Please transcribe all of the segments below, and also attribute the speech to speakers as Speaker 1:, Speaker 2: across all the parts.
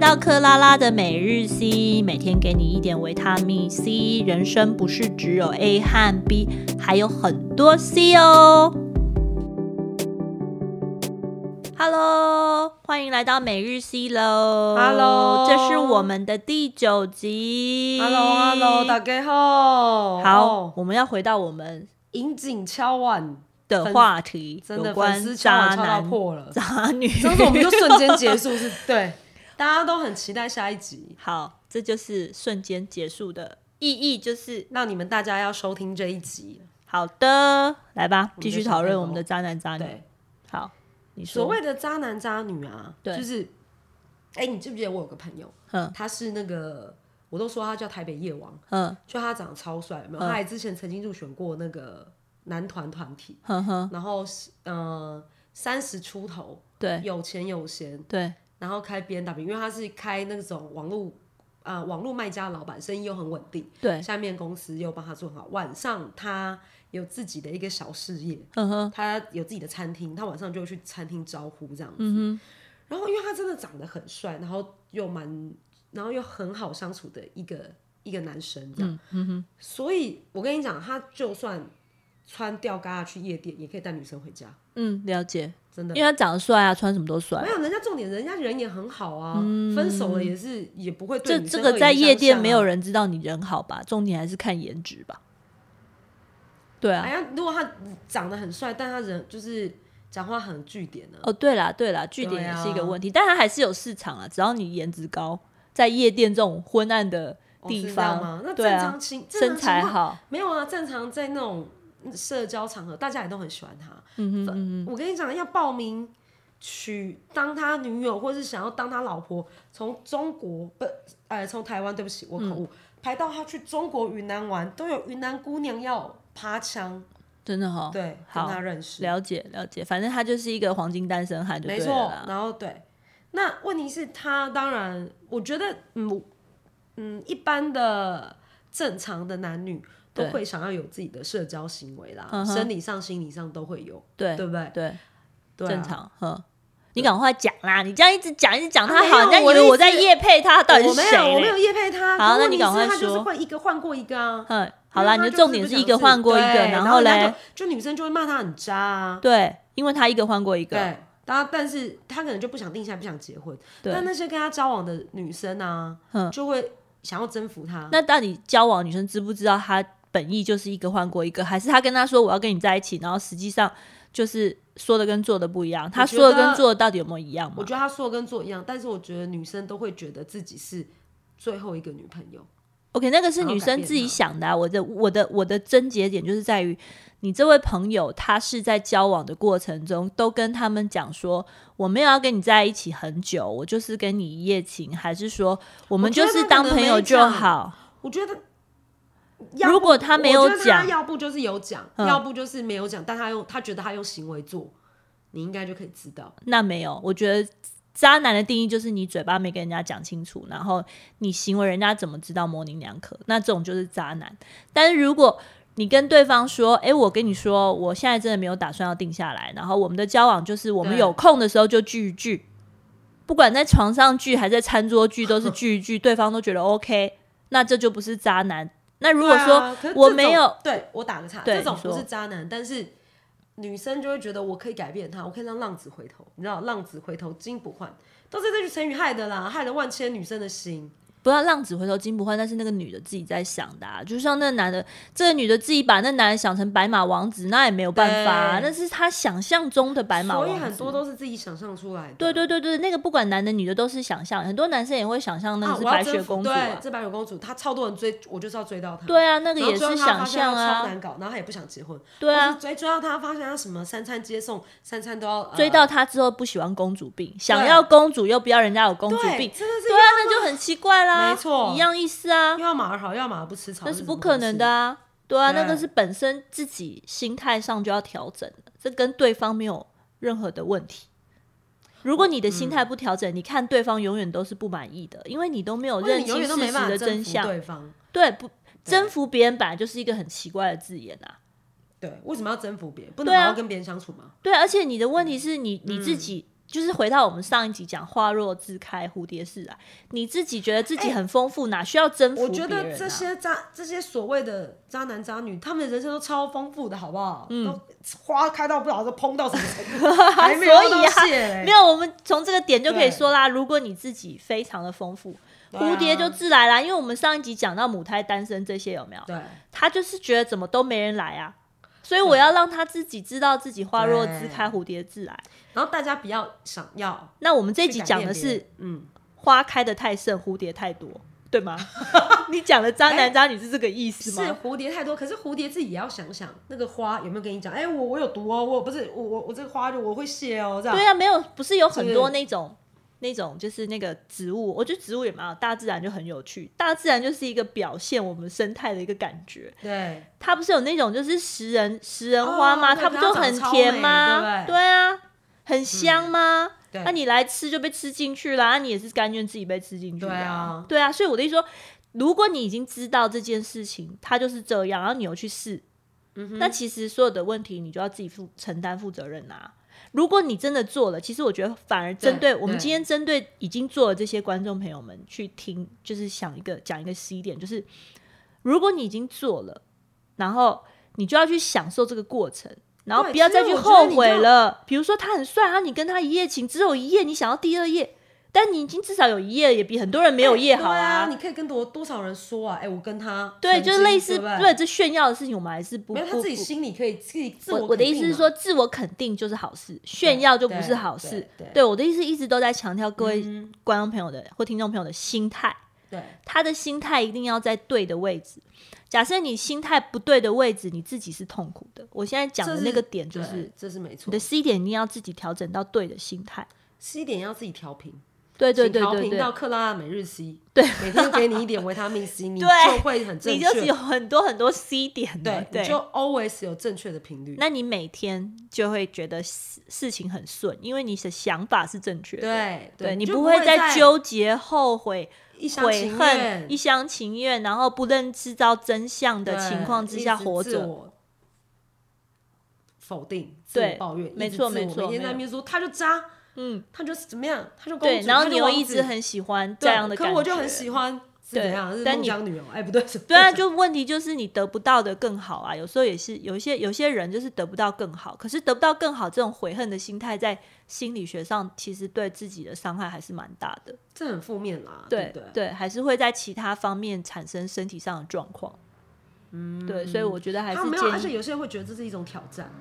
Speaker 1: 到克拉拉的每日 C，每天给你一点维他命 C。人生不是只有 A 和 B，还有很多 C 哦。Hello，欢迎来到每日 C 喽。
Speaker 2: Hello
Speaker 1: 这是我们的第九集。
Speaker 2: Hello，Hello，大家好。
Speaker 1: 嗯好
Speaker 2: 哦，，
Speaker 1: 我们要回到我们
Speaker 2: 引颈敲碗，
Speaker 1: 的
Speaker 2: 粉
Speaker 1: 话题，
Speaker 2: 真
Speaker 1: 有
Speaker 2: 的粉
Speaker 1: 关
Speaker 2: 丝敲碗
Speaker 1: 渣
Speaker 2: 敲到
Speaker 1: 男、
Speaker 2: 破了，
Speaker 1: 渣女。
Speaker 2: 这样子我们就瞬间结 束是，对，大家都很期待下一集。
Speaker 1: 好，这就是瞬间结束的意义，就是
Speaker 2: 那你们大家要收听这一集，
Speaker 1: 好的，来吧，
Speaker 2: 就
Speaker 1: 继续讨论
Speaker 2: 想
Speaker 1: 我们的
Speaker 2: 太多
Speaker 1: 渣男渣女。
Speaker 2: 对，
Speaker 1: 好，你说
Speaker 2: 所谓的渣男渣女啊，
Speaker 1: 对
Speaker 2: 就是，哎、你记不记得我有个朋友，
Speaker 1: 嗯
Speaker 2: 他是那个，我都说他叫台北夜王，
Speaker 1: 嗯
Speaker 2: 就他长得超帅，有没有？
Speaker 1: 嗯
Speaker 2: 他还之前曾经入选过那个男团团体，
Speaker 1: 哼哼，
Speaker 2: 然后是呃三十出头，
Speaker 1: 对
Speaker 2: 有钱有闲，
Speaker 1: 对
Speaker 2: 然后开 B N W，因为他是开那种网络呃网络卖家的老板，生意又很稳定，
Speaker 1: 对，
Speaker 2: 下面公司又帮他做很好。晚上他有自己的一个小事业，
Speaker 1: 哼嗯哼，
Speaker 2: 他有自己的餐厅，他晚上就会去餐厅招呼这样子。
Speaker 1: 嗯
Speaker 2: 然后因为他真的长得很帅，然后又蛮，然后又很好相处的一个一个男生
Speaker 1: 嗯
Speaker 2: 这样。所以我跟你讲，他就算穿吊嘎去夜店，也可以带女生回家，
Speaker 1: 哼，嗯，了解，
Speaker 2: 真的
Speaker 1: 因。为他长得帅啊，穿什么都帅
Speaker 2: 没。有，人家重点，人家人也很好啊，分手了也是也不会对
Speaker 1: 嗯这
Speaker 2: 女
Speaker 1: 这
Speaker 2: 生
Speaker 1: 个
Speaker 2: 恶语
Speaker 1: 在
Speaker 2: 相
Speaker 1: 夜店
Speaker 2: 向啊
Speaker 1: 没有。人知道你人好吧？重点还是看颜值吧。对
Speaker 2: 哎
Speaker 1: 啊，
Speaker 2: 呀，如果他长得很帅，但他人就是讲话很据点呢、
Speaker 1: 哦对啦对啦，据点
Speaker 2: 对
Speaker 1: 也
Speaker 2: 啊
Speaker 1: 是一个问题，但他还是有市场啊，只要你颜值高，在夜店这种昏暗的
Speaker 2: 哦
Speaker 1: 地
Speaker 2: 是这样
Speaker 1: 方，
Speaker 2: 吗？那
Speaker 1: 对
Speaker 2: 正
Speaker 1: 啊
Speaker 2: 常，情、正常
Speaker 1: 身
Speaker 2: 情
Speaker 1: 材
Speaker 2: 况
Speaker 1: 好，
Speaker 2: 没有啊，正常在那种社交场合，大家也都很喜欢他。嗯嗯我跟你讲，要报名娶当他女友，或是想要当他老婆，从中国不，呃，从台湾，对不起，我
Speaker 1: 嗯
Speaker 2: 口误，排到他去中国云南玩，都有云南姑娘要趴枪，
Speaker 1: 真的哈、
Speaker 2: 对，跟
Speaker 1: 哦好
Speaker 2: 他认识，
Speaker 1: 了解了解，反正他就是一个黄金单身汉，就对
Speaker 2: 没
Speaker 1: 了
Speaker 2: 错
Speaker 1: 啦。。
Speaker 2: 然后对，那问题是他当然，我觉得，嗯我嗯，一般的正常的男女都
Speaker 1: 对
Speaker 2: 会想要有自己的社交行为啦，
Speaker 1: 嗯哼
Speaker 2: 生理上、心理上都会有，
Speaker 1: 对
Speaker 2: 对不对？
Speaker 1: 对，
Speaker 2: 对啊
Speaker 1: 正。常。哼，你赶快讲啦！你这样一直讲，一直讲他
Speaker 2: 啊没
Speaker 1: 好，
Speaker 2: 有
Speaker 1: 人家以
Speaker 2: 我的
Speaker 1: 为
Speaker 2: 意
Speaker 1: 我在
Speaker 2: 思
Speaker 1: 夜配他，到底
Speaker 2: 我
Speaker 1: 是
Speaker 2: 没
Speaker 1: 谁
Speaker 2: 有，我没有
Speaker 1: 嘞？
Speaker 2: 夜配他。
Speaker 1: 好
Speaker 2: 可
Speaker 1: 那
Speaker 2: 问
Speaker 1: 你
Speaker 2: 题是
Speaker 1: 赶快
Speaker 2: 他就是
Speaker 1: 说
Speaker 2: 会一个换过一个啊。
Speaker 1: 哼，
Speaker 2: 因
Speaker 1: 好
Speaker 2: 为
Speaker 1: 啦，
Speaker 2: 他
Speaker 1: 你的
Speaker 2: 就
Speaker 1: 重
Speaker 2: 是
Speaker 1: 点
Speaker 2: 不
Speaker 1: 是
Speaker 2: 想
Speaker 1: 一个
Speaker 2: 是
Speaker 1: 换过一个，
Speaker 2: 对
Speaker 1: 然
Speaker 2: 后人家
Speaker 1: 嘞
Speaker 2: 就，就女生就会骂他很渣啊。
Speaker 1: 对，因为他一个换过一个，
Speaker 2: 对，他但是他可能就不想定下来，不想结婚。
Speaker 1: 对
Speaker 2: 但那些跟他交往的女生啊，
Speaker 1: 嗯
Speaker 2: 就会想要征服他。
Speaker 1: 那到底交往女生知不知道她本意就是一个换过一个，还是她跟她说我要跟你在一起，然后实际上就是说的跟做的不一样？她
Speaker 2: 觉
Speaker 1: 说的跟
Speaker 2: 得
Speaker 1: 做的到底有没有一样
Speaker 2: 我
Speaker 1: 嘛？
Speaker 2: 觉得他说的跟做一样，但是我觉得女生都会觉得自己是最后一个女朋友。
Speaker 1: OK，那个是
Speaker 2: 然后
Speaker 1: 女
Speaker 2: 改
Speaker 1: 生
Speaker 2: 变
Speaker 1: 自己
Speaker 2: 她
Speaker 1: 想的、啊。我的我的我的症结点就是在于，你这位朋友他是在交往的过程中都跟他们讲说，我没有要跟你在一起很久，我就是跟你一夜情，还是说我们
Speaker 2: 我觉
Speaker 1: 就
Speaker 2: 得
Speaker 1: 是
Speaker 2: 他
Speaker 1: 当
Speaker 2: 可能
Speaker 1: 朋友
Speaker 2: 没
Speaker 1: 就
Speaker 2: 讲
Speaker 1: 好？
Speaker 2: 我觉得，要
Speaker 1: 如
Speaker 2: 不
Speaker 1: 果他没有
Speaker 2: 我觉得他
Speaker 1: 讲，
Speaker 2: 要不就是有讲，
Speaker 1: 嗯
Speaker 2: 要不就是没有讲，但他用他觉得他用行为做，你应该就可以知道。
Speaker 1: 那没有，我觉得。渣男的定义就是你嘴巴没跟人家讲清楚，然后你行为人家怎么知道模棱两可？那这种就是渣男。但是如果你跟对方说：“诶，我跟你说，我现在真的没有打算要定下来，然后我们的交往就是我们
Speaker 2: 对
Speaker 1: 有空的时候就聚一聚，不管在床上聚还是在餐桌聚，都是聚一聚，对方都觉得 OK，那这就不是渣男。那如果说、
Speaker 2: 对啊可是
Speaker 1: 我
Speaker 2: 这
Speaker 1: 没
Speaker 2: 种
Speaker 1: 有，
Speaker 2: 对我打个岔，
Speaker 1: 对
Speaker 2: 这种
Speaker 1: 你
Speaker 2: 不
Speaker 1: 说
Speaker 2: 是渣男，但是女生就会觉得我可以改变他，我可以让浪子回头，你知道浪子回头金不换，都是这句成语害的啦，害了万千女生的心。
Speaker 1: 不要浪子回头金不换，但是那个女的自己在想的、啊，就像那男的，这个女的自己把那男的想成白马王子，那也没有办法、啊，
Speaker 2: 对
Speaker 1: 那是她想象中的白马
Speaker 2: 所
Speaker 1: 王
Speaker 2: 以
Speaker 1: 子。
Speaker 2: 很多都是自己想象出来的。
Speaker 1: 对对对对，那个不管男的女的都是想象，很多男生也会想象那
Speaker 2: 啊，
Speaker 1: 个是
Speaker 2: 我要
Speaker 1: 白
Speaker 2: 征
Speaker 1: 雪
Speaker 2: 服
Speaker 1: 公主、
Speaker 2: 对
Speaker 1: 啊，
Speaker 2: 这白雪公主，她超多人追，我就是要追到她。
Speaker 1: 对啊，那个
Speaker 2: 然后
Speaker 1: 也
Speaker 2: 追到
Speaker 1: 是
Speaker 2: 她发
Speaker 1: 想
Speaker 2: 现她
Speaker 1: 象
Speaker 2: 超
Speaker 1: 啊，
Speaker 2: 难搞，然后她也不想结婚。
Speaker 1: 对
Speaker 2: 或
Speaker 1: 啊
Speaker 2: 是，追追到她，发现她什么三餐接送，三餐都要、呃
Speaker 1: 追到她之后不喜欢公主病，想要公主又不要人家有公主
Speaker 2: 对，
Speaker 1: 病，
Speaker 2: 真的是
Speaker 1: 对啊，那就很奇怪啦，
Speaker 2: 没错
Speaker 1: 一样意思啊
Speaker 2: 又，要马儿好，又要马儿不吃草，
Speaker 1: 那是
Speaker 2: 这怎
Speaker 1: 不
Speaker 2: 么
Speaker 1: 可
Speaker 2: 回
Speaker 1: 能
Speaker 2: 事
Speaker 1: 的。啊！对啊，那
Speaker 2: 对
Speaker 1: 个是本身自己心态上就要调整的，这跟对方没有任何的问题。如果你的心
Speaker 2: 嗯
Speaker 1: 态不调整，你看对方永远都是不满意的，因为你都没有
Speaker 2: 或者
Speaker 1: 认
Speaker 2: 你永
Speaker 1: 清
Speaker 2: 远都
Speaker 1: 事
Speaker 2: 没
Speaker 1: 实
Speaker 2: 办法
Speaker 1: 的
Speaker 2: 征
Speaker 1: 真
Speaker 2: 服
Speaker 1: 相。
Speaker 2: 对方，
Speaker 1: 对，不征服别人本来就是一个很奇怪的字眼啊。
Speaker 2: 对，为什么要征服别人？不
Speaker 1: 对
Speaker 2: 能
Speaker 1: 啊
Speaker 2: 好好跟别人相处吗？嗯
Speaker 1: 对，而且你的问题是你你自己就是回到我们上一集讲“花若自开，蝴蝶自来”，你自己觉得自己很丰富，哪需要征服
Speaker 2: 哎我
Speaker 1: 别
Speaker 2: 觉
Speaker 1: 人、啊？
Speaker 2: 得这些渣这些所谓的渣男渣女，他们的人生都超丰富的，好不好？
Speaker 1: 嗯
Speaker 2: 都花开到不知道是碰到什么程度， 还没有
Speaker 1: 所以
Speaker 2: 到
Speaker 1: 啊
Speaker 2: 谢嘞
Speaker 1: 没有，我们从这个点就可以
Speaker 2: 哎对
Speaker 1: 说啦。如果你自己非常的丰富，
Speaker 2: 对啊
Speaker 1: 蝴蝶就自来啦。因为我们上一集讲到母胎单身这些有没有？
Speaker 2: 对，
Speaker 1: 他就是觉得怎么都没人来啊，所以我要让他自己知道自己花若自
Speaker 2: 对
Speaker 1: 开，蝴蝶自来。
Speaker 2: 然后大家不要想要
Speaker 1: 那我们这
Speaker 2: 这
Speaker 1: 一集讲的是
Speaker 2: 嗯，
Speaker 1: 花开的太盛，蝴蝶太多，对 吗？你讲的渣男渣女是这个意思
Speaker 2: 哎是
Speaker 1: 吗？
Speaker 2: 蝴蝶太多，可是蝴蝶自己也要想想那个花有没有跟你讲，哎、我我有毒哦，我不是我我我这个花就我会谢哦，这样
Speaker 1: 对啊，没有，不是有很多
Speaker 2: 是
Speaker 1: 那种那种就是那个植物，我觉得植物也蛮好，大自然就很有趣，大自然就是一个表现我们生态的一个感觉。
Speaker 2: 对
Speaker 1: 它不是有那种就是食人食人花吗？
Speaker 2: 哦对
Speaker 1: 它不就很甜吗？
Speaker 2: 它长得超美对不对
Speaker 1: 啊，很香吗？
Speaker 2: 对
Speaker 1: 那、你来吃就被吃进去了，那、你也是甘愿自己被吃进去的、
Speaker 2: 对啊
Speaker 1: 对啊，所以我的意思说，如果你已经知道这件事情，它就是这样，然后你有去试，
Speaker 2: 嗯
Speaker 1: 那其实所有的问题你就要自己负承担负责任啊。如果你真的做了，其实我觉得反而针对
Speaker 2: 对
Speaker 1: 我们
Speaker 2: 对
Speaker 1: 今天针对已经做了这些观众朋友们去听，就是想一个讲一个 C 点，就是如果你已经做了，然后你就要去享受这个过程，然后
Speaker 2: 对
Speaker 1: 不要
Speaker 2: 其实
Speaker 1: 再去
Speaker 2: 我觉得
Speaker 1: 后
Speaker 2: 你
Speaker 1: 悔
Speaker 2: 这样
Speaker 1: 了。比如说他很帅，然后你跟他一夜情，只有一夜，你想要第二夜，但你已经至少有一夜，也比很多人没有夜好
Speaker 2: 对啊，
Speaker 1: 啊。
Speaker 2: 你可以跟多多少人说啊，哎、我跟他
Speaker 1: 对，
Speaker 2: 曾经
Speaker 1: 就是类似
Speaker 2: 对不对
Speaker 1: 这炫耀的事情，我们还是不
Speaker 2: 没有他
Speaker 1: 不
Speaker 2: 自己
Speaker 1: 不
Speaker 2: 心里可以自己自
Speaker 1: 我
Speaker 2: 我
Speaker 1: 我的
Speaker 2: 肯
Speaker 1: 意思
Speaker 2: 定
Speaker 1: 是
Speaker 2: 嘛
Speaker 1: 说，自我肯定就是好事，炫耀就不是好事。
Speaker 2: 对对
Speaker 1: 我的意思一直都在强调各位
Speaker 2: 嗯
Speaker 1: 观众朋友的、或听众朋友的心态，
Speaker 2: 对
Speaker 1: 他的心态一定要在对的位置。假设你心态不对的位置，你自己是痛苦的。我现在讲的
Speaker 2: 这是
Speaker 1: 那个点就
Speaker 2: 对
Speaker 1: 是，
Speaker 2: 这是没
Speaker 1: 你
Speaker 2: 错
Speaker 1: 的 C 点一定要自己调整到对的心态。
Speaker 2: ，C 点要自己调频，
Speaker 1: 对对
Speaker 2: 请
Speaker 1: 对
Speaker 2: 调
Speaker 1: 对
Speaker 2: 频
Speaker 1: 对
Speaker 2: 到，克拉拉每日 C，对，每天给你一点维他 命 C，你就
Speaker 1: 对
Speaker 2: 会很正
Speaker 1: 你就是
Speaker 2: 确
Speaker 1: 有，很多很多 C 点的
Speaker 2: 对，，你就 always 有正确的频率，
Speaker 1: 那你每天就会觉得事事情很顺，因为你的想法是正确的。
Speaker 2: 对
Speaker 1: 对你
Speaker 2: 你就
Speaker 1: 不
Speaker 2: 会
Speaker 1: 会再纠结、后悔、
Speaker 2: 一厢
Speaker 1: 悔
Speaker 2: 情
Speaker 1: 恨、
Speaker 2: 愿
Speaker 1: 一厢情愿，然后不认知到真相的
Speaker 2: 对
Speaker 1: 情况之下
Speaker 2: 一直
Speaker 1: 活
Speaker 2: 自
Speaker 1: 着。
Speaker 2: 我否定、自
Speaker 1: 对
Speaker 2: 我抱怨，
Speaker 1: 没
Speaker 2: 一直
Speaker 1: 错
Speaker 2: 自
Speaker 1: 没
Speaker 2: 我
Speaker 1: 错
Speaker 2: 每
Speaker 1: 没
Speaker 2: 天在那
Speaker 1: 有
Speaker 2: 边说他就渣，
Speaker 1: 嗯，
Speaker 2: 他就是怎么样，他就公
Speaker 1: 对，
Speaker 2: 主，
Speaker 1: 然后
Speaker 2: 他
Speaker 1: 你
Speaker 2: 就
Speaker 1: 又
Speaker 2: 王
Speaker 1: 一
Speaker 2: 子
Speaker 1: 直很喜欢这
Speaker 2: 对
Speaker 1: 样的感
Speaker 2: 可
Speaker 1: 觉，
Speaker 2: 我就很喜欢是
Speaker 1: 对
Speaker 2: 怎样，是
Speaker 1: 但
Speaker 2: 孟
Speaker 1: 你
Speaker 2: 姜女哦，哎不对，是
Speaker 1: 对啊，就问题就是你得不到的更好啊。有时候也是有一些有些人就是得不到更好，可是得不到更好这种悔恨的心态，在心理学上其实对自己的伤害还是蛮大的。
Speaker 2: 这很负面啦，
Speaker 1: 对
Speaker 2: 不对？
Speaker 1: 还是会在其他方面产生身体上的状况。嗯，对，所以我觉得还是
Speaker 2: 他啊没有，而
Speaker 1: 建
Speaker 2: 且
Speaker 1: 议。
Speaker 2: 有些人会觉得这是一种挑战，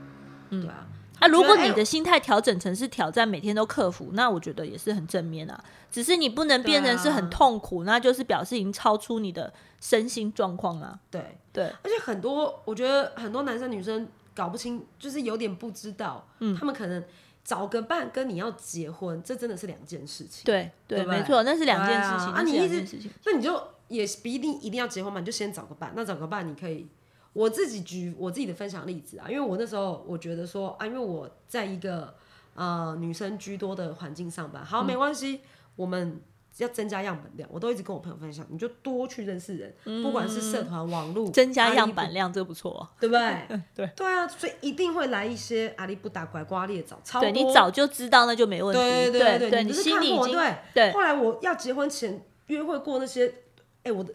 Speaker 2: 对啊。
Speaker 1: 啊，如果
Speaker 2: 觉得哎
Speaker 1: 你的心态调整成是挑战，每天都克服，那我觉得也是很正面啊。只是你不能变成是很
Speaker 2: 啊
Speaker 1: 痛苦，那就是表示已经超出你的身心状况啊。
Speaker 2: 对，
Speaker 1: 对，
Speaker 2: 而且很多我觉得很多男生女生搞不清，就是有点不知道，
Speaker 1: 嗯
Speaker 2: 他们可能找个伴跟你要结婚，这真的是两件事情。
Speaker 1: 对，对，
Speaker 2: 对吧
Speaker 1: 没错，那是两件事情，
Speaker 2: 对啊啊
Speaker 1: 那是
Speaker 2: 你
Speaker 1: 两
Speaker 2: 一
Speaker 1: 件
Speaker 2: 直
Speaker 1: 事情。
Speaker 2: 那你就也不一定一定要结婚嘛，你就先找个伴。那找个伴，你可以我自己举我自己的分享例子啊，因为我那时候我觉得说啊，因为我在一个呃女生居多的环境上班，
Speaker 1: 嗯
Speaker 2: 好没关系，我们。要增加样本量，我都一直跟我朋友分享，你就多去认识人，不管是社团、网络，
Speaker 1: 嗯增加
Speaker 2: 阿里
Speaker 1: 样
Speaker 2: 不
Speaker 1: 板量，这不错。哦
Speaker 2: 对不 对？
Speaker 1: 对
Speaker 2: 对啊，所以一定会来一些阿里不打拐瓜裂枣，超
Speaker 1: 对
Speaker 2: 多
Speaker 1: 你早就知道，那就没问
Speaker 2: 对
Speaker 1: 题。
Speaker 2: 对对
Speaker 1: 对，你
Speaker 2: 你不是
Speaker 1: 心
Speaker 2: 看
Speaker 1: 里已
Speaker 2: 过
Speaker 1: 经
Speaker 2: 对
Speaker 1: 对
Speaker 2: 后来我要结婚前约会过那些，哎，我的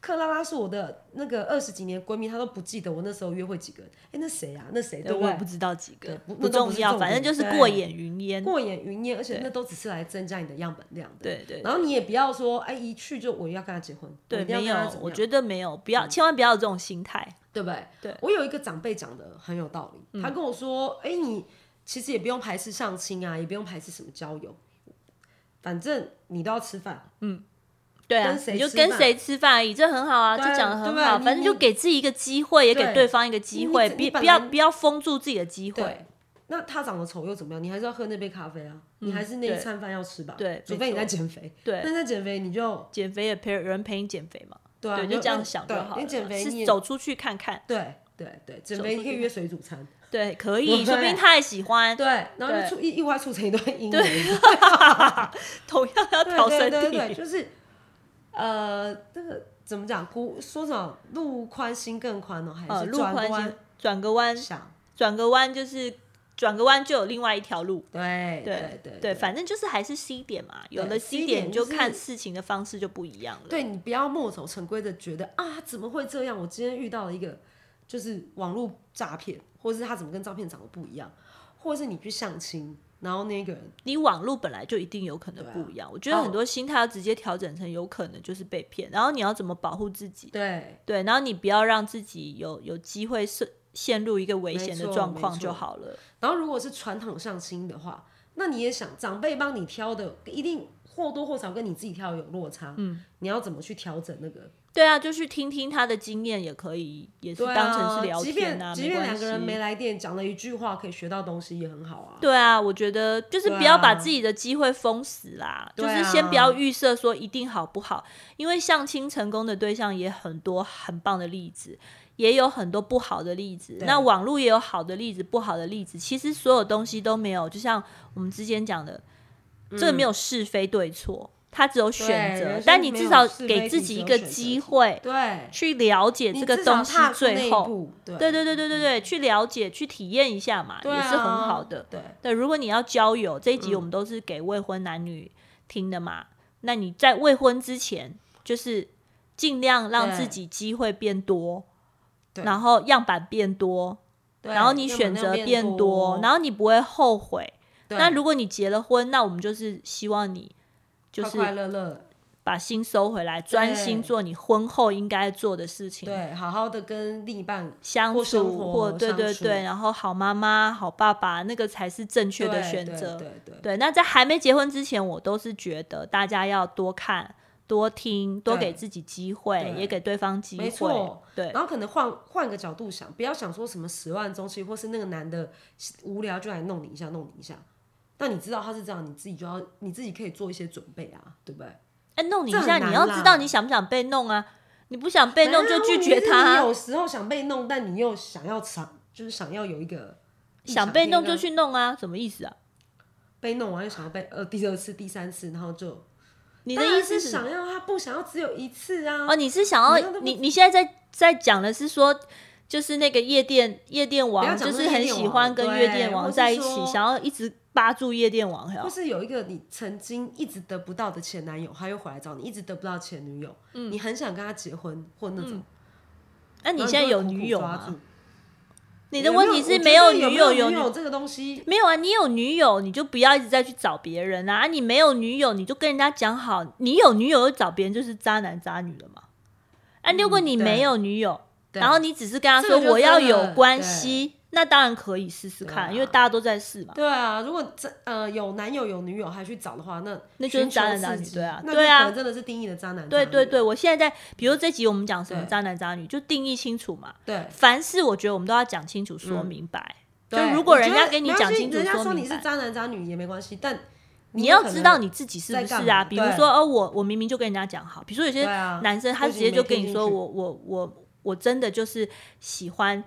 Speaker 2: 克拉拉是我的那个二十几年闺蜜，她都不记得我那时候约会几个人。哎，那谁啊？那谁？对
Speaker 1: 对，
Speaker 2: 不
Speaker 1: 我也
Speaker 2: 对
Speaker 1: 不？知道几个
Speaker 2: 对，
Speaker 1: 不
Speaker 2: 不那都不
Speaker 1: 重
Speaker 2: 是
Speaker 1: 要，
Speaker 2: 重
Speaker 1: 反正就
Speaker 2: 点
Speaker 1: 是
Speaker 2: 对
Speaker 1: 过眼云烟。
Speaker 2: 过眼云烟，而且
Speaker 1: 对
Speaker 2: 那都只是来增加你的样本量的。
Speaker 1: 对对
Speaker 2: 然后你也不要说，哎，一去就我要跟他结婚，我嗯
Speaker 1: 对，
Speaker 2: 一定要
Speaker 1: 没
Speaker 2: 跟他
Speaker 1: 有
Speaker 2: 怎，么
Speaker 1: 我
Speaker 2: 样
Speaker 1: 觉得没有，不要，千万不要有这种心态。
Speaker 2: 对不对？
Speaker 1: 对嗯
Speaker 2: 我有一个长辈讲的很有道理，他跟我说：“哎、你其实也不用排斥相亲啊，也不用排斥什么交友，反正你都要吃饭。
Speaker 1: 对啊
Speaker 2: 跟，谁
Speaker 1: 你就
Speaker 2: 吃
Speaker 1: 跟
Speaker 2: 饭
Speaker 1: 谁吃饭而已，这很好啊，这
Speaker 2: 对啊
Speaker 1: 讲的很
Speaker 2: 对啊
Speaker 1: 好，
Speaker 2: 你
Speaker 1: 反正就
Speaker 2: 你
Speaker 1: 给自己一个机会，也给
Speaker 2: 对
Speaker 1: 对方一个机
Speaker 2: 你
Speaker 1: 会，
Speaker 2: 你
Speaker 1: 别
Speaker 2: 本
Speaker 1: 不要
Speaker 2: 来
Speaker 1: 不要封住自己的机会。
Speaker 2: 对，那他长得丑又怎么样？你还是要喝那杯咖啡啊，你还是那一餐饭要吃吧。
Speaker 1: 嗯对
Speaker 2: 除
Speaker 1: 没
Speaker 2: 非你
Speaker 1: 错
Speaker 2: 在减肥。
Speaker 1: 对
Speaker 2: 那在减肥你就
Speaker 1: 减肥也陪有人陪你减肥嘛，
Speaker 2: 对啊，
Speaker 1: 对，
Speaker 2: 你
Speaker 1: 就这样
Speaker 2: 那
Speaker 1: 想就
Speaker 2: 对
Speaker 1: 好了
Speaker 2: 你减
Speaker 1: 啦，
Speaker 2: 肥你
Speaker 1: 是
Speaker 2: 也
Speaker 1: 走出去看看，
Speaker 2: 对对对，减
Speaker 1: 走
Speaker 2: 肥
Speaker 1: 出
Speaker 2: 你可以
Speaker 1: 去
Speaker 2: 约水煮 餐。
Speaker 1: 对，可以，
Speaker 2: 对
Speaker 1: 说不定他也喜欢，
Speaker 2: 对，然后
Speaker 1: 对
Speaker 2: 就促意意外促成一段姻缘。
Speaker 1: 同样要
Speaker 2: 对
Speaker 1: 调
Speaker 2: 对
Speaker 1: 身
Speaker 2: 对对
Speaker 1: 体
Speaker 2: 对，。就是呃，这个怎么讲？古说什么？路宽心更宽哦，还
Speaker 1: 呃，
Speaker 2: 是
Speaker 1: 路
Speaker 2: 转
Speaker 1: 宽
Speaker 2: 弯
Speaker 1: 心，转个弯，
Speaker 2: 想？
Speaker 1: 转个弯就是转个弯就有另外一条路。
Speaker 2: 对
Speaker 1: 对
Speaker 2: 对
Speaker 1: 对，反正就是还是 C 点嘛，有了
Speaker 2: 对
Speaker 1: C
Speaker 2: C
Speaker 1: 点你
Speaker 2: 点
Speaker 1: 就
Speaker 2: 就是
Speaker 1: 看事情的方式就不一样了。
Speaker 2: 对你不要墨守成规的觉得啊，怎么会这样？我今天遇到了一个就是网络诈骗，或是他怎么跟诈骗长得不一样，或是你去相亲，然后那个人
Speaker 1: 你网络本来就一定有可
Speaker 2: 啊
Speaker 1: 能不一样，我
Speaker 2: 哦
Speaker 1: 觉得很多心态要直接调整成有可能就是被骗，然后你要怎么保护自己？
Speaker 2: 对
Speaker 1: 对，然后你不要让自己有有机会是陷入一个危险的
Speaker 2: 没错
Speaker 1: 状况
Speaker 2: 没错
Speaker 1: 就好了。
Speaker 2: 然后如果是传统相亲的话，那你也想长辈帮你挑的，一定或多或少跟你自己挑有落差。嗯，你要怎么去调整那个？
Speaker 1: 对啊，就去听听他的经验也可以，也是
Speaker 2: 对
Speaker 1: 当成
Speaker 2: 啊，
Speaker 1: 是聊
Speaker 2: 即
Speaker 1: 天
Speaker 2: 便即
Speaker 1: 没
Speaker 2: 便
Speaker 1: 关
Speaker 2: 两
Speaker 1: 系
Speaker 2: 个。人没来电，讲了一句话可以学到东西也很好啊。
Speaker 1: 对啊，我觉得就是
Speaker 2: 对
Speaker 1: 不要把
Speaker 2: 啊
Speaker 1: 自己的机会封死啦，就
Speaker 2: 对
Speaker 1: 是先不要
Speaker 2: 啊
Speaker 1: 预设说一定好不好，因为相亲成功的对象也很多，很棒的例子，也有很多不好的例子。
Speaker 2: 对
Speaker 1: 那网络也有好的例子，不好的例子，其实所有东西都没有，就像我们之前讲的，这个没有是非对错，它只有选
Speaker 2: 嗯对
Speaker 1: 择
Speaker 2: 人，
Speaker 1: 但
Speaker 2: 生
Speaker 1: 你
Speaker 2: 没
Speaker 1: 至
Speaker 2: 有
Speaker 1: 少
Speaker 2: 是
Speaker 1: 给
Speaker 2: 非
Speaker 1: 自
Speaker 2: 题
Speaker 1: 己
Speaker 2: 只
Speaker 1: 一
Speaker 2: 有
Speaker 1: 个
Speaker 2: 选择
Speaker 1: 机
Speaker 2: 题
Speaker 1: 会
Speaker 2: 对，
Speaker 1: 去了解
Speaker 2: 你
Speaker 1: 这个
Speaker 2: 至少
Speaker 1: 东西
Speaker 2: 踏出那
Speaker 1: 最
Speaker 2: 一
Speaker 1: 后。
Speaker 2: 步，对
Speaker 1: 对对对对对对，去了解、去体验一下嘛，
Speaker 2: 对
Speaker 1: 也是很
Speaker 2: 啊
Speaker 1: 好的。
Speaker 2: 对。嗯
Speaker 1: 对，如果你要交友，这一集我们都是给未婚男女听的嘛。那你在未婚之前，就是尽量让自
Speaker 2: 对
Speaker 1: 己机会变多，
Speaker 2: 对
Speaker 1: 然后样板变多，
Speaker 2: 对
Speaker 1: 然后你选择变多，然后你不会后悔。
Speaker 2: 对
Speaker 1: 那如果你结了婚，那我们就是希望你就
Speaker 2: 快
Speaker 1: 是
Speaker 2: 快乐乐，
Speaker 1: 把心收回来，专心
Speaker 2: 对
Speaker 1: 做你婚后应该做的事情。
Speaker 2: 对，好好的跟另一半
Speaker 1: 相
Speaker 2: 或生
Speaker 1: 处
Speaker 2: 活
Speaker 1: 或对
Speaker 2: 相
Speaker 1: 对
Speaker 2: 处
Speaker 1: 对，然后好妈妈、好爸爸，那个才是正确的
Speaker 2: 对
Speaker 1: 选
Speaker 2: 对
Speaker 1: 择。
Speaker 2: 对对
Speaker 1: 对，那在还没结婚之前，我都是觉得大家要多看、多听、多
Speaker 2: 对
Speaker 1: 给自己机会，
Speaker 2: 对
Speaker 1: 也给对方机
Speaker 2: 没
Speaker 1: 会
Speaker 2: 错。
Speaker 1: 对
Speaker 2: 然后可能换换个角度想，不要想说什么十万中期，或是那个男的无聊就来弄你一下，弄你一下。那你知道他是这样，你自己就要你自己可以做一些准备啊，对不对？
Speaker 1: 哎，弄你一
Speaker 2: 这很
Speaker 1: 下，你
Speaker 2: 难
Speaker 1: 要
Speaker 2: 啦
Speaker 1: 知道你想不想被弄啊？你不想被弄就拒绝他啊，
Speaker 2: 然后你是你有时候想被弄，但你又想要尝，就是想要有一个
Speaker 1: 想被弄就去弄啊，什么意思啊？
Speaker 2: 被弄完，又想要被呃第二次、第三次，然后就
Speaker 1: 你
Speaker 2: 你
Speaker 1: 的意思
Speaker 2: 是
Speaker 1: 什么
Speaker 2: 想要他不想要只有一次啊？
Speaker 1: 哦，你是想要
Speaker 2: 你那个
Speaker 1: 你你现在在在讲的是说，就是那个夜店夜店
Speaker 2: 不
Speaker 1: 王，
Speaker 2: 要讲
Speaker 1: 就是
Speaker 2: 那个
Speaker 1: 很
Speaker 2: 夜店
Speaker 1: 喜
Speaker 2: 王
Speaker 1: 欢跟夜
Speaker 2: 对
Speaker 1: 店王
Speaker 2: 或是
Speaker 1: 在一起，
Speaker 2: 说
Speaker 1: 想要一直扒住夜店王，还有
Speaker 2: 或是有一个你曾经一直得不到的前男友，他又回来找你，一直得不到前女友，你很想跟他结婚或那种，
Speaker 1: 嗯那
Speaker 2: 那
Speaker 1: 啊你现在有女友
Speaker 2: 吗
Speaker 1: 吗？？你的问题是没
Speaker 2: 有
Speaker 1: 女
Speaker 2: 没
Speaker 1: 友
Speaker 2: 有
Speaker 1: 有
Speaker 2: 女
Speaker 1: 女
Speaker 2: 友这个东西？
Speaker 1: 没有啊，你有女友，你就不要一直再去找别人啊！啊你没有女友，你就跟人家讲好，你有女友就找别人，就是渣男渣女了嘛。啊，如果你
Speaker 2: 嗯对
Speaker 1: 没有女友，
Speaker 2: 对啊
Speaker 1: 然后你只是跟他
Speaker 2: 这
Speaker 1: 说
Speaker 2: 个就
Speaker 1: 我要
Speaker 2: 真的
Speaker 1: 有关系，那当然可以试试看，
Speaker 2: 对啊
Speaker 1: 因为大家都在试嘛。
Speaker 2: 对啊，如果这呃有男友有女友还去找的话，那
Speaker 1: 那就是
Speaker 2: 寻求
Speaker 1: 渣男渣女
Speaker 2: 刺激
Speaker 1: 对啊
Speaker 2: 那
Speaker 1: 对
Speaker 2: 就
Speaker 1: 啊
Speaker 2: 可能真的是定义的渣男渣
Speaker 1: 对
Speaker 2: 女。
Speaker 1: 对对，我现在在，比如这集我们讲什么
Speaker 2: 对
Speaker 1: 渣男渣女，就定义清楚嘛。
Speaker 2: 对嗯
Speaker 1: 凡事我觉得我们都要讲清楚、说明白。
Speaker 2: 对
Speaker 1: 就如果
Speaker 2: 我觉
Speaker 1: 人家
Speaker 2: 得
Speaker 1: 跟你
Speaker 2: 没关
Speaker 1: 讲
Speaker 2: 系
Speaker 1: 清楚
Speaker 2: 人家
Speaker 1: 说
Speaker 2: 说你
Speaker 1: 明白
Speaker 2: 是渣男渣女也没关系，但
Speaker 1: 你
Speaker 2: 有
Speaker 1: 要
Speaker 2: 可
Speaker 1: 知
Speaker 2: 能
Speaker 1: 道你自己是不
Speaker 2: 在干
Speaker 1: 是啊？
Speaker 2: 嘛
Speaker 1: 比如
Speaker 2: 对
Speaker 1: 说，哦，我我明明就跟人家讲好，比如说有些
Speaker 2: 对啊
Speaker 1: 男生他
Speaker 2: 或
Speaker 1: 直
Speaker 2: 许
Speaker 1: 接
Speaker 2: 你
Speaker 1: 就
Speaker 2: 没
Speaker 1: 跟
Speaker 2: 听
Speaker 1: 你
Speaker 2: 进
Speaker 1: 说
Speaker 2: 去
Speaker 1: 我我我我真的就是喜欢，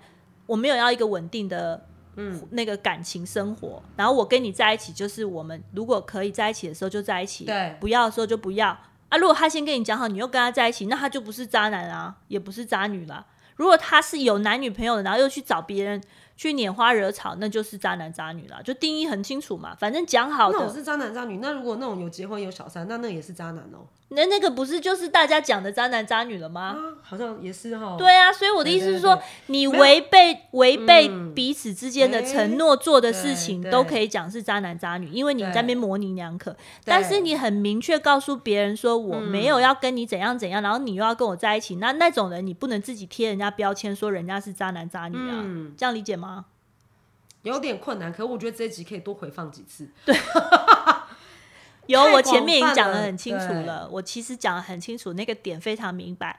Speaker 1: 我没有要一个稳定的嗯那个感情生活，然后我跟你在一起就是我们如果可以在一起的时候就在一起，
Speaker 2: 对
Speaker 1: 不要的时候就不要啊。如果他先跟你讲好，你又跟他在一起，那他就不是渣男啊，也不是渣女啦。如果他是有男女朋友的，然后又去找别人去拈花惹草，那就是渣男渣女啦，就定义很清楚嘛。反正讲好
Speaker 2: 那
Speaker 1: 的
Speaker 2: 种，是渣男渣女，那如果那种有结婚有小三，那那也是渣男哦。
Speaker 1: 那那个不是就是大家讲的渣男渣女了
Speaker 2: 啊
Speaker 1: 吗？，
Speaker 2: 好像也是哈。
Speaker 1: 对啊，所以我的意思是说，
Speaker 2: 对对
Speaker 1: 你
Speaker 2: 没有
Speaker 1: 违背违背
Speaker 2: 嗯
Speaker 1: 彼此之间的
Speaker 2: 诶
Speaker 1: 承诺做的事情，
Speaker 2: 对对
Speaker 1: 都可以讲是渣男渣女，因为你在那边模棱两可。但是你很明确告诉别人说我
Speaker 2: 嗯
Speaker 1: 没有要跟你怎样怎样，然后你又要跟我在一起，那那种人你不能自己贴人家标签说人家是渣男渣女啊，
Speaker 2: 嗯
Speaker 1: 这样理解吗？
Speaker 2: 有点困难，可我觉得这一集可以多回放几次。
Speaker 1: 有，
Speaker 2: 太
Speaker 1: 我前面已经
Speaker 2: 广泛
Speaker 1: 讲的
Speaker 2: 了
Speaker 1: 很清楚
Speaker 2: 对
Speaker 1: 了，我其实讲的很清楚，那个点非常明白。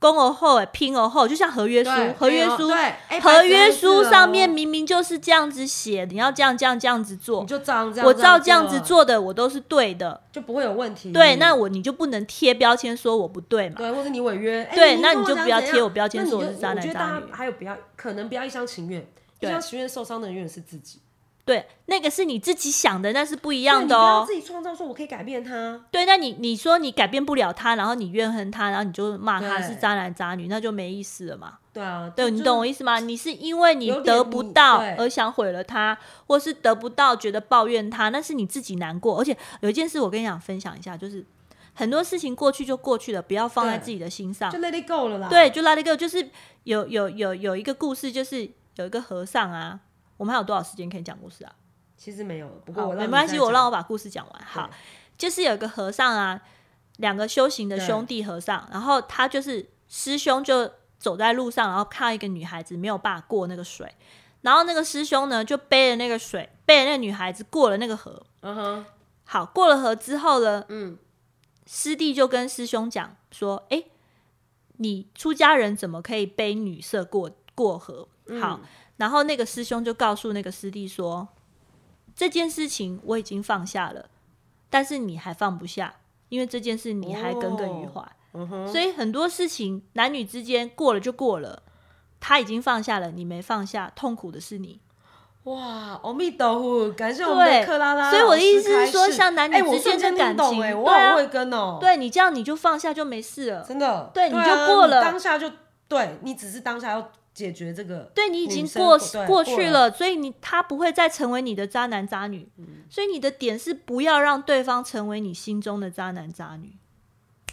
Speaker 1: 公而后，哎拼而后，就像合约书
Speaker 2: 对，
Speaker 1: 合约书
Speaker 2: 对，哎
Speaker 1: 合约书上面
Speaker 2: 白纸黑字哦
Speaker 1: 明明就是这样子写，你要这样这样这样子做
Speaker 2: 你，就照样这样，
Speaker 1: 我照这样
Speaker 2: 这
Speaker 1: 子
Speaker 2: 样，啊嗯
Speaker 1: 做的，我都是对的。
Speaker 2: 就不会有问题。
Speaker 1: 对，那我你就不能贴标签说我不对嘛？
Speaker 2: 对，或者你违约，哎
Speaker 1: 对
Speaker 2: 你
Speaker 1: 那
Speaker 2: 跟
Speaker 1: 你
Speaker 2: 我
Speaker 1: 就
Speaker 2: 讲
Speaker 1: 不要
Speaker 2: 怎
Speaker 1: 贴
Speaker 2: 样
Speaker 1: 我标签
Speaker 2: 那
Speaker 1: 说
Speaker 2: 你
Speaker 1: 我
Speaker 2: 就是
Speaker 1: 渣男
Speaker 2: 我觉得
Speaker 1: 渣
Speaker 2: 大
Speaker 1: 女
Speaker 2: 家还有不要，可能不要一厢情愿，一
Speaker 1: 对
Speaker 2: 厢情愿受伤的永远是自己。
Speaker 1: 对，那个是你自己想的，那是不一样
Speaker 2: 你
Speaker 1: 的
Speaker 2: 不要
Speaker 1: 哦。
Speaker 2: 自己创造说我可以改变他，
Speaker 1: 对，那你你说你改变不了他，然后你怨恨他，然后你就骂他
Speaker 2: 对
Speaker 1: 是渣男渣女，那就没意思了嘛。
Speaker 2: 对啊，
Speaker 1: 对，
Speaker 2: 就
Speaker 1: 你懂我。
Speaker 2: 就
Speaker 1: 意思吗？你是因为你
Speaker 2: 有点
Speaker 1: 得不
Speaker 2: 你
Speaker 1: 到
Speaker 2: 对
Speaker 1: 而想毁了他，或是得不到觉得抱怨他，那是你自己难过。而且有一件事我跟你讲分享一下，就是很多事情过去就过去了，不要放在
Speaker 2: 对
Speaker 1: 自己的心上
Speaker 2: 就。let it go 了啦。
Speaker 1: 对，就 Let It Go，就是有有有有一个故事，就是有一个和尚啊。我们还有多少时间可以讲故事啊？
Speaker 2: 其实没有，不过
Speaker 1: 好，
Speaker 2: 我让
Speaker 1: 没
Speaker 2: 你
Speaker 1: 关
Speaker 2: 再
Speaker 1: 系，我
Speaker 2: 讲
Speaker 1: 让我把故事讲完。好
Speaker 2: 对，
Speaker 1: 就是有一个和尚啊，两个修行的
Speaker 2: 对
Speaker 1: 兄弟和尚，然后他就是师兄就走在路上，然后看到一个女孩子没有办法过那个水，然后那个师兄呢就背着那个水，背着那个女孩子过了那个河。
Speaker 2: 嗯哼，
Speaker 1: 好，过了河之后呢，
Speaker 2: 嗯，
Speaker 1: 师弟就跟师兄讲说：“哎、你出家人怎么可以背女色过过河？”
Speaker 2: 嗯
Speaker 1: 好，然后那个师兄就告诉那个师弟说：“这件事情我已经放下了，但是你还放不下，因为这件事你还耿耿于怀。
Speaker 2: 嗯哼，
Speaker 1: 所以很多事情男女之间过了就过了，他已经放下了，你没放下，痛苦的是你。
Speaker 2: 哇，阿弥陀佛，感谢我们的
Speaker 1: 对
Speaker 2: 克拉拉
Speaker 1: 所
Speaker 2: 老师开示。
Speaker 1: 以我的意思是说像男女
Speaker 2: 哎我
Speaker 1: 之间
Speaker 2: 瞬
Speaker 1: 的感
Speaker 2: 间听懂
Speaker 1: 情
Speaker 2: 哎我
Speaker 1: 对啊
Speaker 2: 好会跟哦，
Speaker 1: 对你这样你就放下就没事了。”
Speaker 2: 真的，
Speaker 1: 对你
Speaker 2: 啊
Speaker 1: 就过了
Speaker 2: 当下就对你只是当下要解决这个，
Speaker 1: 对你已经
Speaker 2: 女生
Speaker 1: 过
Speaker 2: 过对
Speaker 1: 过
Speaker 2: 过
Speaker 1: 去了，所以你他不会再成为你的渣男渣女，
Speaker 2: 嗯
Speaker 1: 所以你的点是不要让对方成为你心中的渣男渣女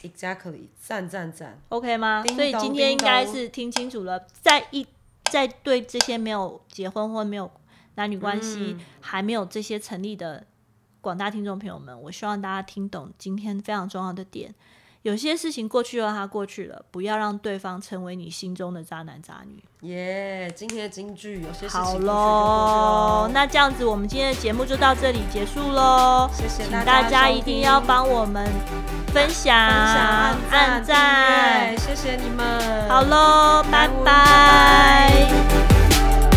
Speaker 2: exactly，赞赞赞，
Speaker 1: ，OK 吗？
Speaker 2: 叮
Speaker 1: 所以
Speaker 2: 咚
Speaker 1: 今天应
Speaker 2: 叮
Speaker 1: 该
Speaker 2: 咚
Speaker 1: 是听清楚了，在一在对这些没有结婚或没有男女关
Speaker 2: 嗯
Speaker 1: 系、还没有这些成立的广大听众朋友们，我希望大家听懂今天非常重要的点。有些事情过去了，它过去了，不要让对方成为你心中的渣男渣女。
Speaker 2: 耶、今天的金句有些事情
Speaker 1: 好
Speaker 2: 过去就
Speaker 1: 喽
Speaker 2: 过去，哦
Speaker 1: 那这样子我们今天的节目就到这里结束喽。
Speaker 2: 谢谢
Speaker 1: 请
Speaker 2: 大
Speaker 1: 大家
Speaker 2: 家
Speaker 1: 一
Speaker 2: 收
Speaker 1: 定
Speaker 2: 听
Speaker 1: 要帮我们分享、
Speaker 2: 分享、
Speaker 1: 按
Speaker 2: 按赞、
Speaker 1: 赞
Speaker 2: 订阅。谢谢你们，
Speaker 1: 好喽，拜
Speaker 2: 拜拜
Speaker 1: 拜